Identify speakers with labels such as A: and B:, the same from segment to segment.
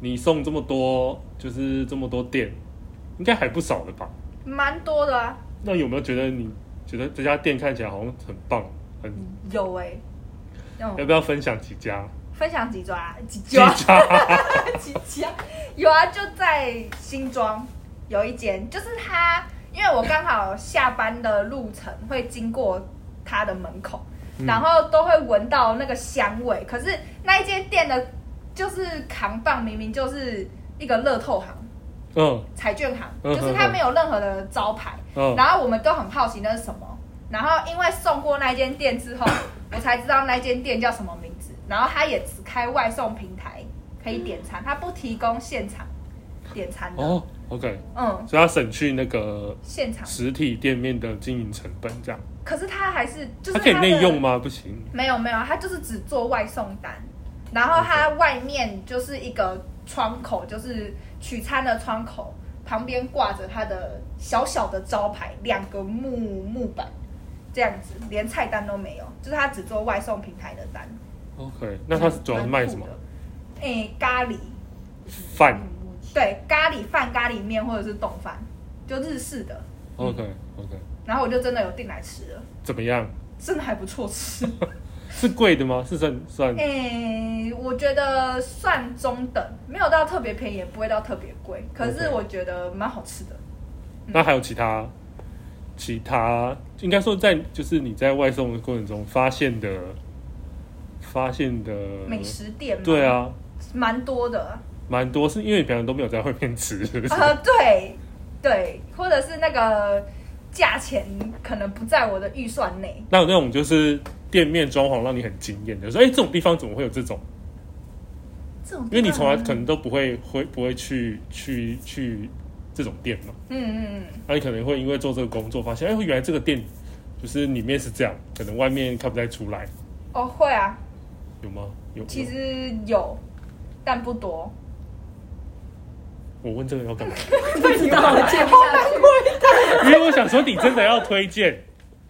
A: 你送这么多，就是这么多店，应该还不少了吧？
B: 蛮多的啊，
A: 那有没有觉得你觉得这家店看起来好像很棒，很
B: 有哎、那
A: 要
B: 种
A: 不要分享几家？
B: 分享几抓几
A: 几
B: 抓
A: 家？
B: 几家，有啊，就在新庄有一间，就是他，因为我刚好下班的路程会经过他的门口，
A: 嗯
B: 然后都会闻到那个香味。可是那一间店的，就是扛棒明明就是一个乐透行、
A: 嗯
B: 彩券行，
A: 嗯
B: 就是它没有任何的招牌。
A: 嗯，
B: 然后我们都很好奇那是什么。然后因为送过那间 店之后，我才知道那间店叫什么名字。然后它也只开外送平台可以点餐，它不提供现场点餐的。
A: 哦，OK，
B: 嗯，
A: 所以要省去那个
B: 现场。
A: 实体店面的经营成本，这样
B: 可是它还是就是
A: 它可以
B: 它的
A: 内用吗？不行，
B: 没有没有，它就是只做外送单，然后它外面就是一个窗口，就是取餐的窗口，旁边挂着它的小小的招牌，两个木木板，这样子，连菜单都没有，就是它只做外送平台的单。
A: OK，那它主要是卖什么
B: 蛮？酷的？诶、咖喱，
A: 饭
B: 对，咖喱饭、咖喱面或者是冻饭，就日式的。
A: ？OK OK，
B: 然后我就真的有订来吃了，
A: 怎么样？
B: 真的还不错吃。
A: 是贵的吗？是算算
B: 诶、
A: 嗯
B: 我觉得算中等，没有到特别便宜，也不会到特别贵，可是
A: OK
B: 我觉得蛮好吃的。嗯
A: 那还有其他其他，应该说在就是你在外送的过程中发现的发现的
B: 美，食店嘛
A: 嗯对，啊，
B: 蛮多的。
A: 蛮多是因为你平常都没有在外面 吃，是不是
B: 呃，对对，或者是那个价钱可能不在我的预算内。
A: 那有那种就是店面装潢让你很惊艳的，说哎、这种地方怎么会有这种？
B: 这种
A: 因为你
B: 地方
A: 从来可能都不会会不会去去去这种店嘛，
B: 嗯嗯嗯，
A: 那你可能会因为做这个工作发现，哎、原来这个店就是里面是这样，可能外面看不太出来，
B: 哦会啊，
A: 有吗？有。有
B: 其实有，但 不多。
A: 我问这个要干嘛？
C: 不知道接不下去。
A: 因为我想说，你真的要推 荐，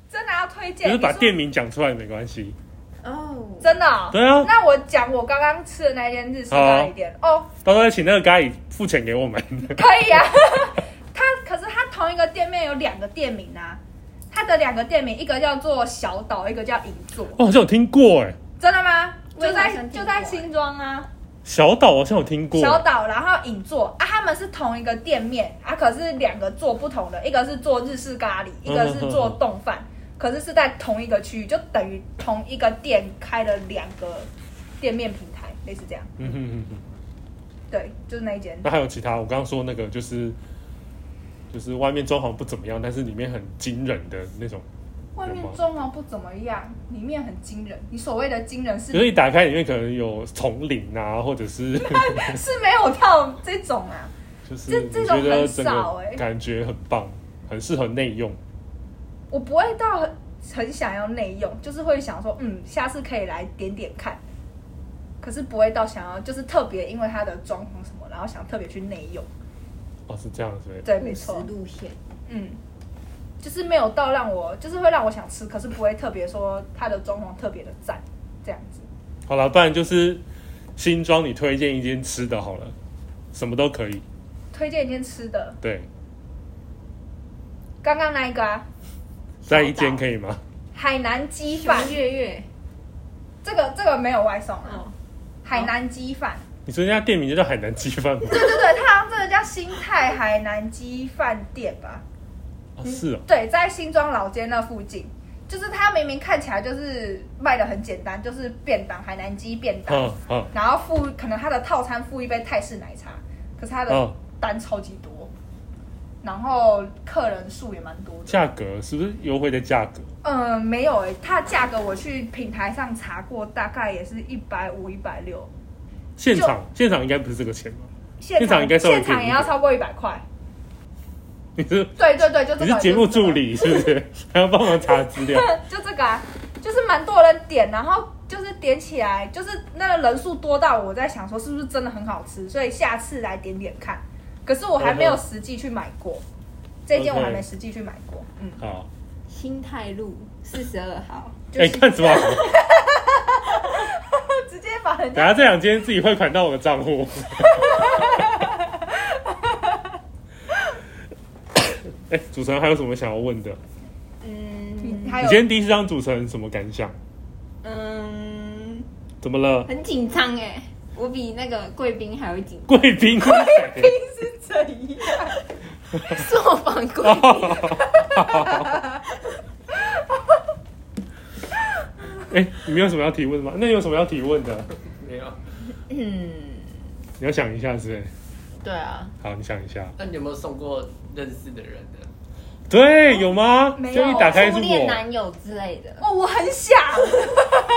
B: 真的要推
A: 就
B: 荐？
A: 是把
B: 你说
A: 店名讲出来没关系。
C: 哦，
B: 真的哦、
A: 对啊
B: 那我讲我刚刚吃的那间日式咖喱店哦，
A: 到时候再请那个咖喱付钱给我们。
B: 可以啊。 它可是它同一个店面有两个店名啊，它的两个店名，一个叫做小岛，一个叫银座，
A: 我哦好像有听过哎，
B: 真的吗？
C: 我
B: 就
C: 也好
B: 在
C: 像听过
B: 就在新庄啊，
A: 小岛好像有听过。
B: 小岛，然后银座啊，他们是同一个店面啊，可是两个做不同的，一个是做日式咖喱，
A: 嗯
B: 一个是做冻饭，可是是在同一个区域，就等于同一个店开了两个店面平台，类似这样。
A: 嗯哼哼哼。
B: 对，就是那一间。
A: 那还有其他？我刚刚说那个就是，就是外面装潢不怎么样，但是里面很惊人的那种，
B: 外面装潢不怎么样，里面很惊人。你所谓的惊人是
A: 就是一打开里面可能有丛林啊，或者是
B: 是没有到这种啊，
A: 就是
B: 这
A: 你
B: 这
A: 觉
B: 种
A: 得
B: 很
A: 整
B: 少
A: 个
B: 欸
A: 感觉很棒，很适合内用。
B: 我不会到很很想要内用，就是会想说，嗯，下次可以来点点看。可是不会到想要，就是特别因为它的装潢什么，然后想特别去内用。
A: 哦，是这样子欸。
B: 对，没
C: 务实
B: 错，
C: 路线，
B: 嗯，就是没有到让我，就是会让我想吃，可是不会特别说它的装潢特别的赞这样子。
A: 好了，不然就是新庄，你推荐一间吃的好了，什么都可以。
B: 推荐一间吃的，
A: 对，
B: 刚刚那一个啊，
A: 在一间可以
B: 哦
A: 吗？
B: 海南鸡
C: 一
B: 饭，
C: 月月
B: 这个这个没有外送啊。
C: 哦，
B: 海南鸡饭，
A: 你说人家店名就叫海南鸡饭吗？
B: 对对对，它好像真的叫新泰海南鸡饭店吧？嗯
A: 哦是哦，
B: 对，在新庄老街那附近，就是它明明看起来就是卖的很简单，就是便当海南鸡便当，
A: 嗯嗯，
B: 然后附可能它的套餐附一杯泰式奶茶，可是它的
A: 嗯
B: 单超级多，然后客人数也蛮多的。
A: 价格是不是优惠的价格？
B: 嗯，没有诶、它的价格我去平台上查过，大概也是一百五、一百六，
A: 现场现场应该不是这个钱吧？
B: 现
A: 现场应该稍微
B: 现场
A: 便宜
B: 也
A: 一
B: 要
A: 点
B: 超过一百块。
A: 你是
B: 对对对，就这
A: 你
B: 个
A: 是节目
B: 就这个
A: 助理是不 是？还要帮忙查资料？
B: 就这个啊，就是蛮多人点，然后就是点起来，就是那个人数多到我在想说是不是真的很好吃，所以下次来点点看。可是我还没有实际去买过，这一件我还没实际去买过。嗯，
A: 好，
C: 新泰路四十二号，
B: 就
A: 哎，
B: 是
A: 干什么？
B: 直接把人
A: 等
B: 家
A: 下这两间自己汇款到我的账 户。哎、主持人还有什么想要问的？
C: 嗯
B: 还
A: 你
B: 有
A: 今天第一次当主持人什么感想？
C: 嗯，
A: 怎么了？，
C: 很紧张哎，我比那个贵宾还要紧
A: 贵宾是谁？
B: 是怎 样？
C: 受访贵宾。
A: 哎、哎你们有什么要提问的吗？那你有什么要提问的？
D: 没有。
C: 嗯，
A: 你要想一下，是不是？
C: 对啊，
A: 好，你想一下。
D: 那你有没有送过认识的人呢？
A: 对，有吗？
B: 没有
A: 就一打开是
C: 初恋
A: 我。
C: 男友之类的，
B: 哦，我很想，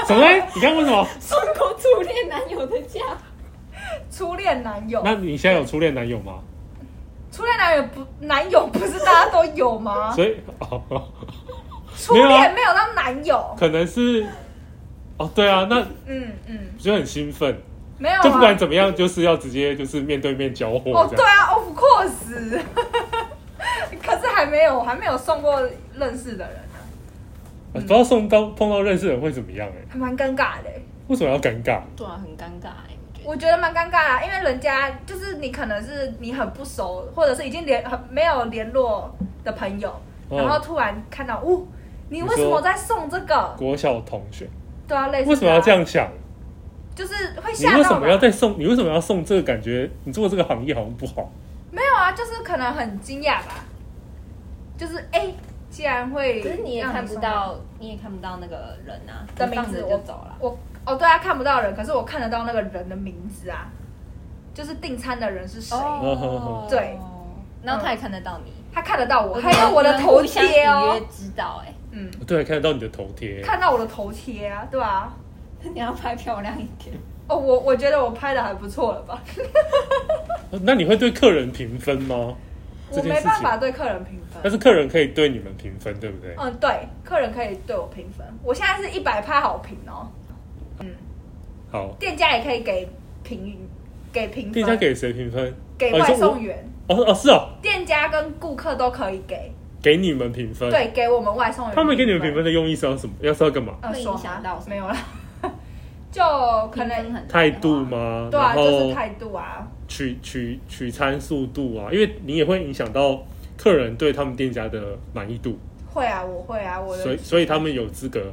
A: 什么？你刚刚问什么？
C: 送过初恋男友的家，
B: 初恋男友，
A: 那你现在有初恋男友吗？
B: 初恋男友不男友不是大家都有吗？
A: 所以哦，
B: 初
A: 没有啊
B: 恋没有到男友，
A: 可能是哦，对啊，那
B: 嗯嗯，
A: 就很兴奋，
B: 没有啊。
A: 就不管怎么样，就是要直接就是面对面交货
B: 哦，
A: 这
B: 对
A: 样。
B: 啊，of course，可是还没有，我还没有送过认识的人啊，
A: 不知道送到碰到认识的人会怎么样？哎，
B: 还蛮尴尬的欸。
A: 为什么要尴尬？
C: 对啊，很尴尬哎，我觉
B: 我觉
C: 得。
B: 得蛮尴尬啊的，因为人家就是你可能是你很不熟，或者是已经联很没有联络的朋友，
A: 嗯
B: 然后突然看到，哦，你
A: 你
B: 为什
A: 说
B: 么在送这个？
A: 国小同学
B: 对啊，类似、啊、
A: 为什么要这？样想？
B: 就是会
A: 你
B: 吓到
A: 为什么
B: 嘛
A: 要再送？你为什么要送这个？感觉你做这个行业好像不好。
B: 没有啊，就是可能很惊讶吧，就是哎、既然会，
C: 可是你也看不，到，你也看不到那个人啊，
B: 的
C: 你
B: 名
C: 放
B: 字
C: 着
B: 我
C: 就走了。
B: 我哦，对啊，看不到人，可是我看得到那个人的名字啊，就是订餐的人是谁，
A: 哦
B: 对，
C: 然后他也看得到你，
B: 他看得到我，还有我的头贴
C: 你们互相隐
B: 哦
C: 约，知道哎，
B: 嗯，
A: 对，看得到你的头贴，
B: 看到我的头贴啊，对啊，
C: 你要拍漂亮一点。
B: 哦，我我觉得我拍的还不错了吧，
A: 那你会对客人评分吗？这
B: 我
A: 件
B: 没
A: 事
B: 办
A: 情
B: 法，对客人评
A: 但
B: 分。
A: 是客人可以对你们评分，对不对？
B: 嗯，对，客人可以对我评分。我现在是一百趴好评哦，
A: 好，
B: 店家也可以给评给评分，
A: 店家给谁评分？
B: 给
A: 哦
B: 外
A: 你说我
B: 送员，
A: 哦哦是哦，
B: 店家跟顾客都可以给，
A: 给你们评分。，
B: 对，给我们外送员。
A: 他们给你们评分，的用意是要什么？要是要干嘛？
B: 呃，
C: 会影
B: 说
C: 响
B: 哈
C: 到什么
B: 没有啦， 就可
C: 评分
B: 能
C: 很
A: 态度？吗？
B: 对啊，
A: 然
B: 就是
A: 后
B: 态度啊，
A: 取取取餐速度啊，因为你也会影响到客人对他们店家的满意度，
B: 会啊，我会啊，我
A: 所以
B: 的
A: 所以他们有资格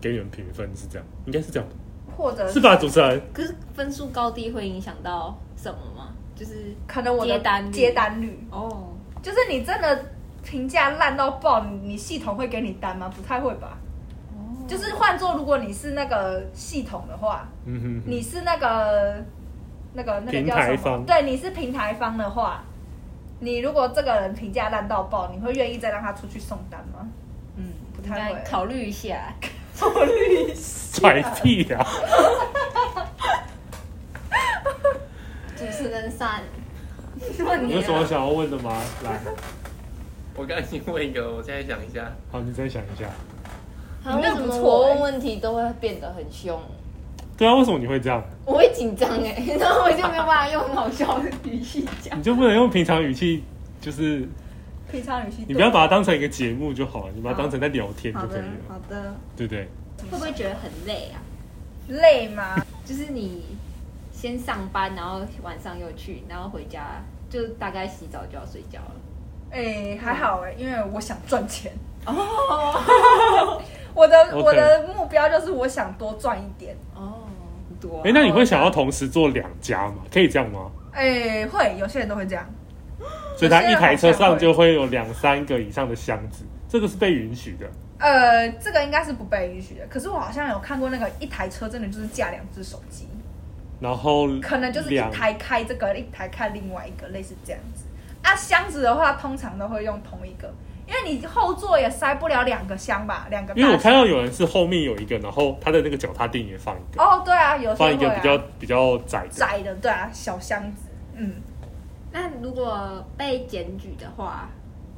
A: 给你们评分，是这样，应该是这样吧，
B: 或者
A: 是吧？主持人，
C: 可是分数高低会影响到什么吗？就是
B: 可能我的
C: 接单率
B: 接单率，
C: 哦，
B: 就是你真的评价烂到爆，你你系统会给你单吗？不太会吧。
C: 哦
B: 就是换做如果你是那个系统的话，
A: 嗯哼哼，
B: 你是啊那个那个那个
A: 平
B: 叫
A: 台
B: 什么？
A: 方
B: 对，你是平台方的话，你如果这个人评价烂到爆，你会愿意再让他出去送单吗？
C: 嗯，
B: 不
C: 应
B: 太会
C: 该考虑一下。
A: 拽屁啊！
C: 主持人三，问
A: 你
C: 你
A: 有
C: 啊
A: 什么想要问的吗？来，
D: 我刚刚已经问一个，我现在想一下，
A: 好，你再想一下。
C: 好为
B: 你那
C: 什
B: 个不
C: 么
B: 错
C: 我
B: 欸
C: 问问题都会变得很凶？
A: 对啊，为什么你会这样？
C: 我会紧张哎，然后我就没有办法用好笑的语气 讲。
A: 你就不能用平常语气，就是
B: 平常语气，
A: 你不要把它当成一个节目就好了，你把它当成在聊天就可以了，
C: 好的，
A: 对不对？
C: 会不会觉得很累啊？
B: 累吗？
C: 就是你先上班，然后晚上又去，然后回家就大概洗澡就要睡觉了。
B: 哎、还好哎、因为我想赚钱。
C: 哦
B: 我的
A: OK
B: 我的目标就是我想多赚一点。
C: 哦，多啊
A: 哎、那你会想要同时做两家吗？可以这样吗？
B: 哎、会有些人都会这样，
A: 所以它一台车上就会有两三个以上的箱子，这个是被允许的。
B: 呃，这个应该是不被允许的。可是我好像有看过那个一台车真的就是架两只手机，
A: 然后
B: 哦可能就是一
A: 两
B: 台开这个，一台开另外一个，类似这样子。啊，箱子的话通常都会用同一个，因为你后座也塞不了两个箱吧，两个大箱。
A: 因为我看到有人是后面有一个，然后他的那个脚踏垫也放一个，
B: 哦，对啊，有些
A: 放一
B: 会
A: 个
B: 啊
A: 比较比较窄的。
B: 窄的，对啊，小箱子，嗯。
C: 那如果被检举的话，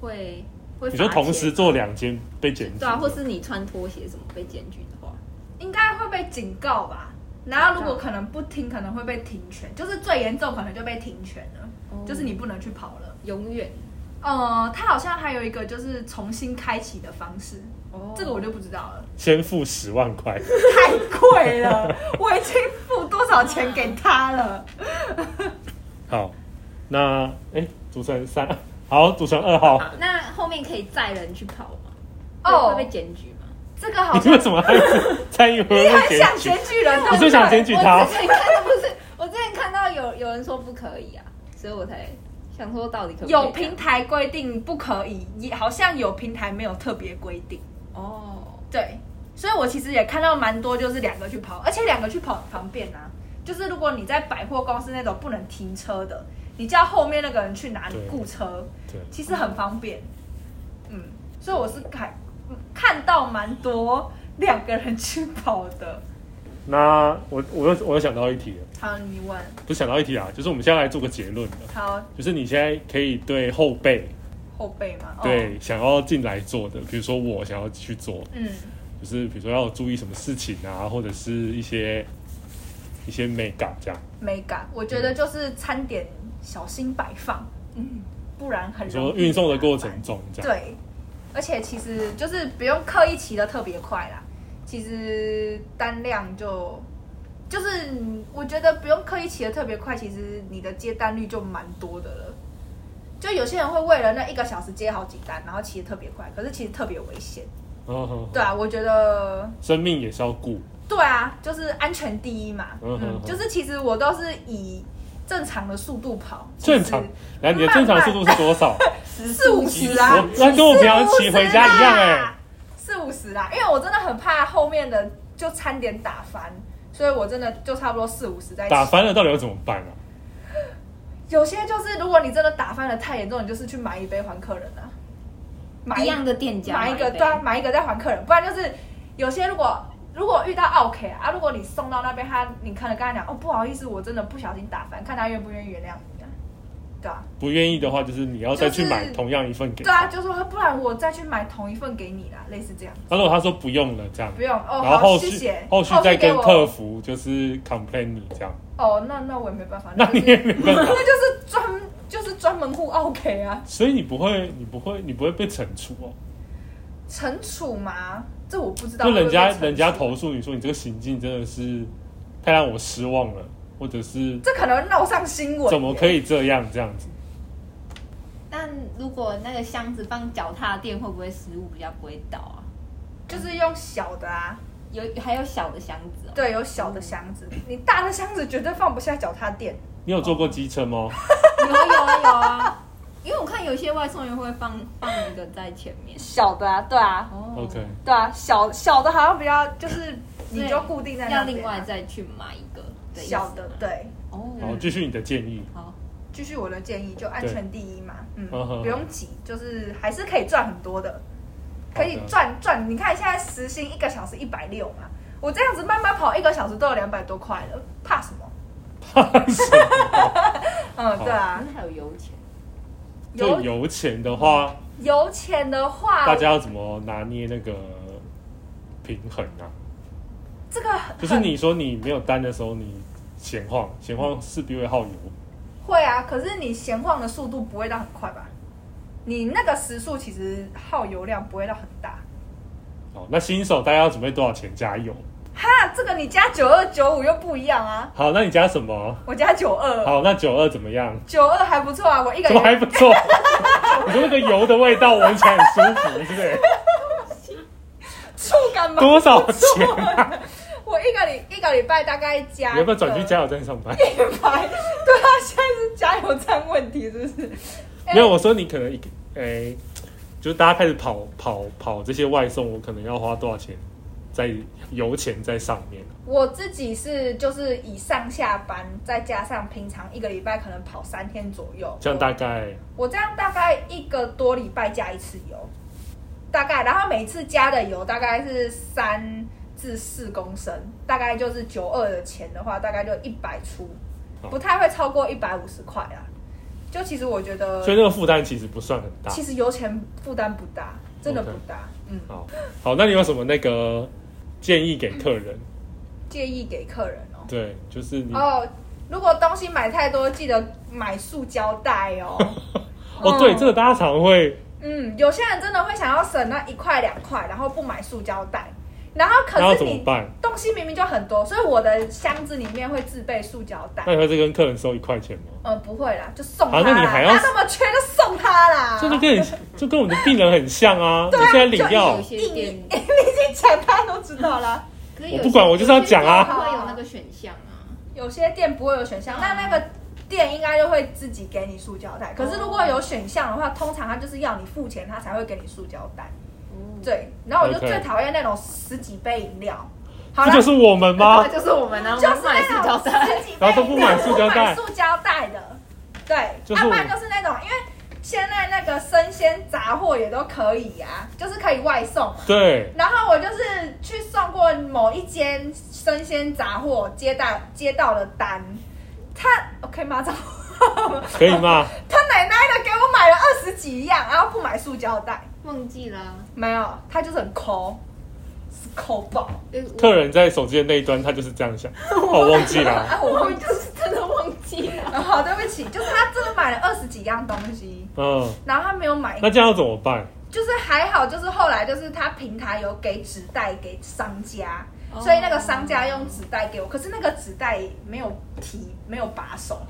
C: 会会
A: 你说
C: 罚钱
A: 同时做两间被检举，
C: 对啊，或是你穿拖鞋什么被检举的话，
B: 应该会被警告吧。然后如果可能不听，可能会被停权，就是最严重可能就被停权了，
C: 哦
B: 就是你不能去跑了。
C: 永远
B: 呃，他好像还有一个就是重新开启的方式，
C: 哦
B: 这个我就不知道了，
A: 先付十万块，
B: 太贵了，我已经付多少钱给他了？
A: 好，那哎，组成三，好，组成二号，
C: 那后面可以载人去跑吗？
B: 哦
C: 会会被检举吗？
B: 这个 好
A: 你
B: 像
A: 为什么还参与活
B: 你
A: 动
B: 很
A: 选
B: 想
A: 举
B: 检？举人，对
A: 我
B: 不
A: 最
B: 对？
A: 想检举他
C: 我之前看到不是，我之前看到有有人说不可以啊，所以我才想说到底可不可以
B: 有平台规定不可以，也好像有平台没有特别规定。
C: 哦，
B: 对，所以我其实也看到蛮多，就是两个去跑，而且两个去跑很方便啊。就是如果你在百货公司那种不能停车的，你叫后面那个人去拿你
A: 对
B: 雇车，
A: 对，
B: 其实很方便。嗯，所以我是看看到蛮多两个人去跑的。
A: 那我我又我又想到一题了，
B: 好，你问。
A: 不是想到一题啊，就是我们现在来做个结论的，
B: 好，
A: 就是你现在可以对后辈
B: 后背嘛。哦、
A: 对想要进来做的，比如说我想要去做，
B: 嗯，
A: 就是比如说要注意什么事情啊，或者是一些一些美感这样。
B: 美感，我觉得就是餐点小心摆放，
C: 嗯，
B: 不然很
A: 你
B: 容易
A: 说运送的过程
B: 麻烦
A: 中这样，
B: 对，而且其实就是不用刻意骑的特别快啦，其实单量就就是你我觉得不用刻意骑的特别快，其实你的接单率就蛮多的了。就有些人会为了那一个小时接好几单，然后骑的特别快，可是其实特别危险。
A: 嗯哼
B: 对啊，我觉得
A: 生命也是要顾，
B: 对啊，就是安全第一嘛。
A: 嗯
B: 嗯，就是其实我都是以正常的速度跑，其实
A: 正常。来，你的正常速度是多少？
B: 四五十啊
A: 我，那跟我平常骑回家一样哎、
B: 四五十啦，因为我真的很怕后面的就餐点打翻，所以我真的就差不多四五十在骑
A: 打。翻了到底要怎么办啊？
B: 有些就是如果你真的打翻的太严重，你就是去买一杯还客人啊，买
C: 一样的店家
B: 买一个
C: 杯
B: 对啊，买一个再还客人，不然就是有些如果。如果遇到 OK 啊，如果你送到那边，他你可能跟他讲哦，不好意思，我真的不小心打翻，看他愿不愿意原谅你啊，对啊，
A: 不愿意的话，就是你要再去买
B: 就是
A: 同样一份给
B: 对啊，
A: 他。
B: 就说不然我再去买同一份给你啦，类似这样。
A: 那如果他说不用了，这样，
B: 不用哦，
A: 然后后
B: 好，
A: 续
B: 谢谢。
A: 后续再跟
B: 给我
A: 客服就是 complain 你这样，
B: 哦，那那我也没办法，
A: 那
B: 就
A: 你
B: 是
A: 也没办 法。
B: 那就是专就是专门户 OK 啊，
A: 所以你不会，你不会，你不会被惩处哦。
B: 惩处嘛，这我不知道
A: 就
B: 会
A: 人
B: 不会被惩处。
A: 家人家投诉你说你这个行径真的是太让我失望了，或者是
B: 这可能闹上新闻，
A: 怎么可
B: 以？
A: 以这样这样子？
C: 但如果那个箱子放脚踏垫，会不会食物比较不会倒啊？
B: 就是用小的啊，
C: 有还有小的箱子哦，
B: 对，有小的箱子，你大的箱子绝对放不下脚踏垫。
A: 你有坐过机车吗？
C: 有啊有啊有啊，因为我看有些外送员会放放一个在前面。
B: 小的啊，对啊，
C: 哦
A: OK，
B: 对啊，小小的好像比较就是你
C: 对
B: 就固定在那
C: 要
B: 边啊
C: 另外再去买一个的意思
B: 小的
C: 吗
B: 对。
A: 好，
C: 哦，
A: 继续你的建议。
C: 好，
B: 继续我的建议，就安全第一嘛，嗯，
A: 呵呵呵
B: 不用急，就是还是可以赚很多的，
A: 好
B: 可
A: 的
B: 以赚赚。你看现在时薪一个小时一百六嘛，我这样子慢慢跑一个小时都有两百多块了，怕什么？ 嗯，对
C: 可
B: 啊，
C: 是还有油钱，
A: 就
B: 油
A: 油钱的话，
B: 油钱的话
A: 大，家要怎么拿捏那个平衡啊？
B: 这个很
A: 就是你说你没有单的时候，你闲晃，闲晃势必会耗油。
B: 会啊，可是你闲晃的速度不会到很快吧？你那个时速其实耗油量不会到很大。
A: 好，那新手大概要准备多少钱加油？
B: 哈，这个你加九二九五又不一样啊，
A: 好，那你加什么？
B: 我加九二，
A: 好，那九二怎么样？
B: 九二还不错啊，我一个
A: 怎么还
B: 人
A: 不错？你说那个油的味道闻起来很舒服，是不是？
B: 触感蛮
A: 多少钱啊？
B: 我一个礼一个礼拜大概加，
A: 你要不要转去加油站上班？
B: 一百？ 对啊，现在是加油站问题是不是？哎
A: 没有，我说你可能一个，哎、就是大家开始跑跑跑这些外送，我可能要花多少钱在油钱在上面？
B: 我自己是就是以上下班再加上平常一个礼拜可能跑三天左右，
A: 这样大概
B: 我这样大概一个多礼拜加一次油，大概然后每次加的油大概是三至四公升，大概就是九二的钱的话，大概就一百出
A: 好，
B: 不太会超过一百五十块啊。就其实我觉得，
A: 所以那个负担其实不算很大
B: 其。实油钱负担不大，真的不大。嗯，
A: 好，好，那你有什么那个建议给客人？
B: 建议给客人哦。
A: 对，就是你哦
B: 哦，如果 东西买太多，记得买塑胶袋哦。
A: 对，这个大家常会
B: 嗯，有些人真的会想要省那一块两块，然后不买塑胶袋，然后
A: 那要
B: 可是
A: 怎么
B: 你
A: 办？
B: 东西明明就很多，所以我的箱子里面会自备塑胶袋。
A: 那你会是跟客人收一块钱吗？
B: 呃，不会啦，就送他
A: 啊
B: 啦。
A: 那你还要
B: 他那么缺就送他啦。
A: 这就跟你就跟我们的病人很像 啊！你现在领药
C: 有，些店，
B: 已经讲大家都知道啦。
C: 可是有
A: 我不管
C: 些
A: 我就是要讲啊
C: 有些店会有那个选项啊。
B: 有些店不会有选
C: 哦
B: 项，那那个店应该就会自己给你塑胶袋。可是如果有选项的话，通常他就是要你付钱，他才会给你塑胶袋。对，然后我就
A: OK
B: 最讨厌那种十几杯饮料。好
A: 这
B: 啦，
A: 就是我们吗
C: 那？就是我们啊，我
B: 就是
C: 们买塑
B: 那
C: 胶
B: 种十几
C: 袋。
B: 杯饮料
A: 然后都不买塑胶袋
B: 不买塑胶袋的，
A: 就
B: 对，
A: 是
B: 要
A: 我
B: 不然就是那种，因为现在那个生鲜杂货也都可以啊，就是可以外送嘛。
A: 对，
B: 然后我就是去送过某一间生鲜杂货，接到接到了单，他 OK 吗？这
A: 可以 吗？
B: 他奶奶的给我买了二十几样，然后不买塑胶袋，
C: 忘记 啊啦，
B: 没有，他就是很抠，是抠爆。
C: 呃我
A: 客人在手机的那一端，他就是这样 想，哦我忘记了，
B: 啊，我
C: 我
B: 忘记
C: 就是真的忘记了。
B: 了，好，对不起，就是他真的买了二十几样东西，
A: 嗯，
B: 然后他没有买一
A: 那这样要怎么办？
B: 就是还好，就是后来就是他平台有给纸袋给商家，所以那个商家用纸袋给我，可是那个纸袋没有提，没有把手，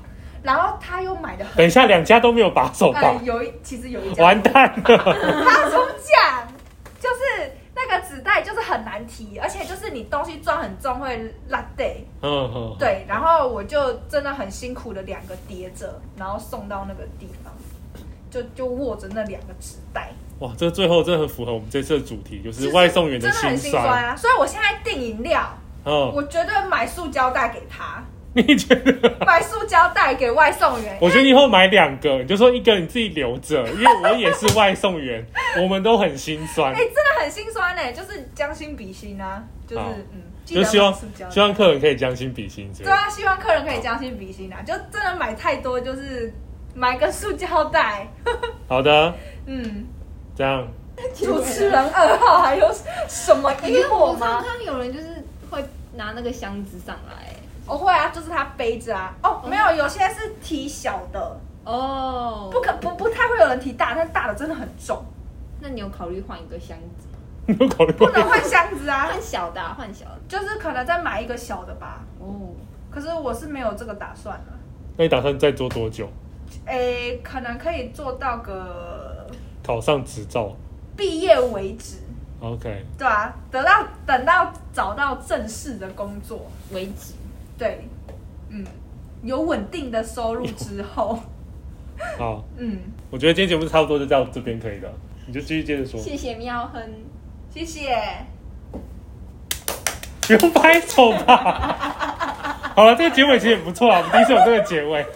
B: 然后他又买的
A: 等
B: 很，
A: 一下，两家都没有把手
B: 呃
A: 吧，？
B: 有一其实有一家，
A: 完蛋 了，
B: 他怎么讲？就是那个纸袋就是很难提，而且就是你东西装很重会烂对
A: 嗯哼，
B: 对，然后我就真的很辛苦的两个叠着，然后送到那个地方，就就握着那两个纸袋。
A: 哇，这最后真的很符合我们这次的主题，就
B: 就是
A: 外送员
B: 真的
A: 心
B: 很心酸
A: 酸。
B: 啊！所以我现在订饮料，
A: 嗯，
B: 我绝对买塑胶袋给他，
A: 你觉得？
B: 买塑胶袋给外送员。
A: 我觉得你以后买两个，你就说一个你自己留着，因为我也是外送员，我们都很心酸
B: 哎、，真的很心酸呢、就是将心比心啊，就是
A: 好
B: 嗯，记得
A: 就
B: 买
A: 希望
B: 塑胶袋
A: 希望客人可以将心比心之类
B: 对
A: 的。
B: 啊，希望客人可以将心比心啊，就真的买太多，就是买个塑胶袋。
A: 好的，
B: 嗯，
A: 这样
B: 主持人二号还有什么疑
C: 哎因为
B: 惑
C: 我常
B: 吗？
C: 常有人就是会拿那个箱子上来。
B: 我会啊，就是他背着啊。哦，没有，有些是提小的，
C: 哦，
B: 不可不不太会有人提大，但大的真的很重，
C: 那你有考虑换一个箱子吗？
A: 你有考虑过
B: 不？能换箱子啊。
C: 换小的、啊，换小的。
B: 就是可能再买一个小的吧。
C: 哦，
B: 可是我是没有这个打算的。
A: 那你打算再做多久？
B: 诶，可能可以做到个
A: 考上执照
B: 毕业为止，
A: ？OK，
B: 对啊，得到等到找到正式的工作，
C: 为止。
B: 对，嗯，有稳定的收入之后，
A: 好，
B: 嗯，
A: 我觉得今天节目差不多就到这边可以了，你就继续接着说，
C: 谢谢喵哼。
B: 谢谢。
A: 不用拍手吧。好了，这个结尾其实也不错啊，我们第一次有这个结尾。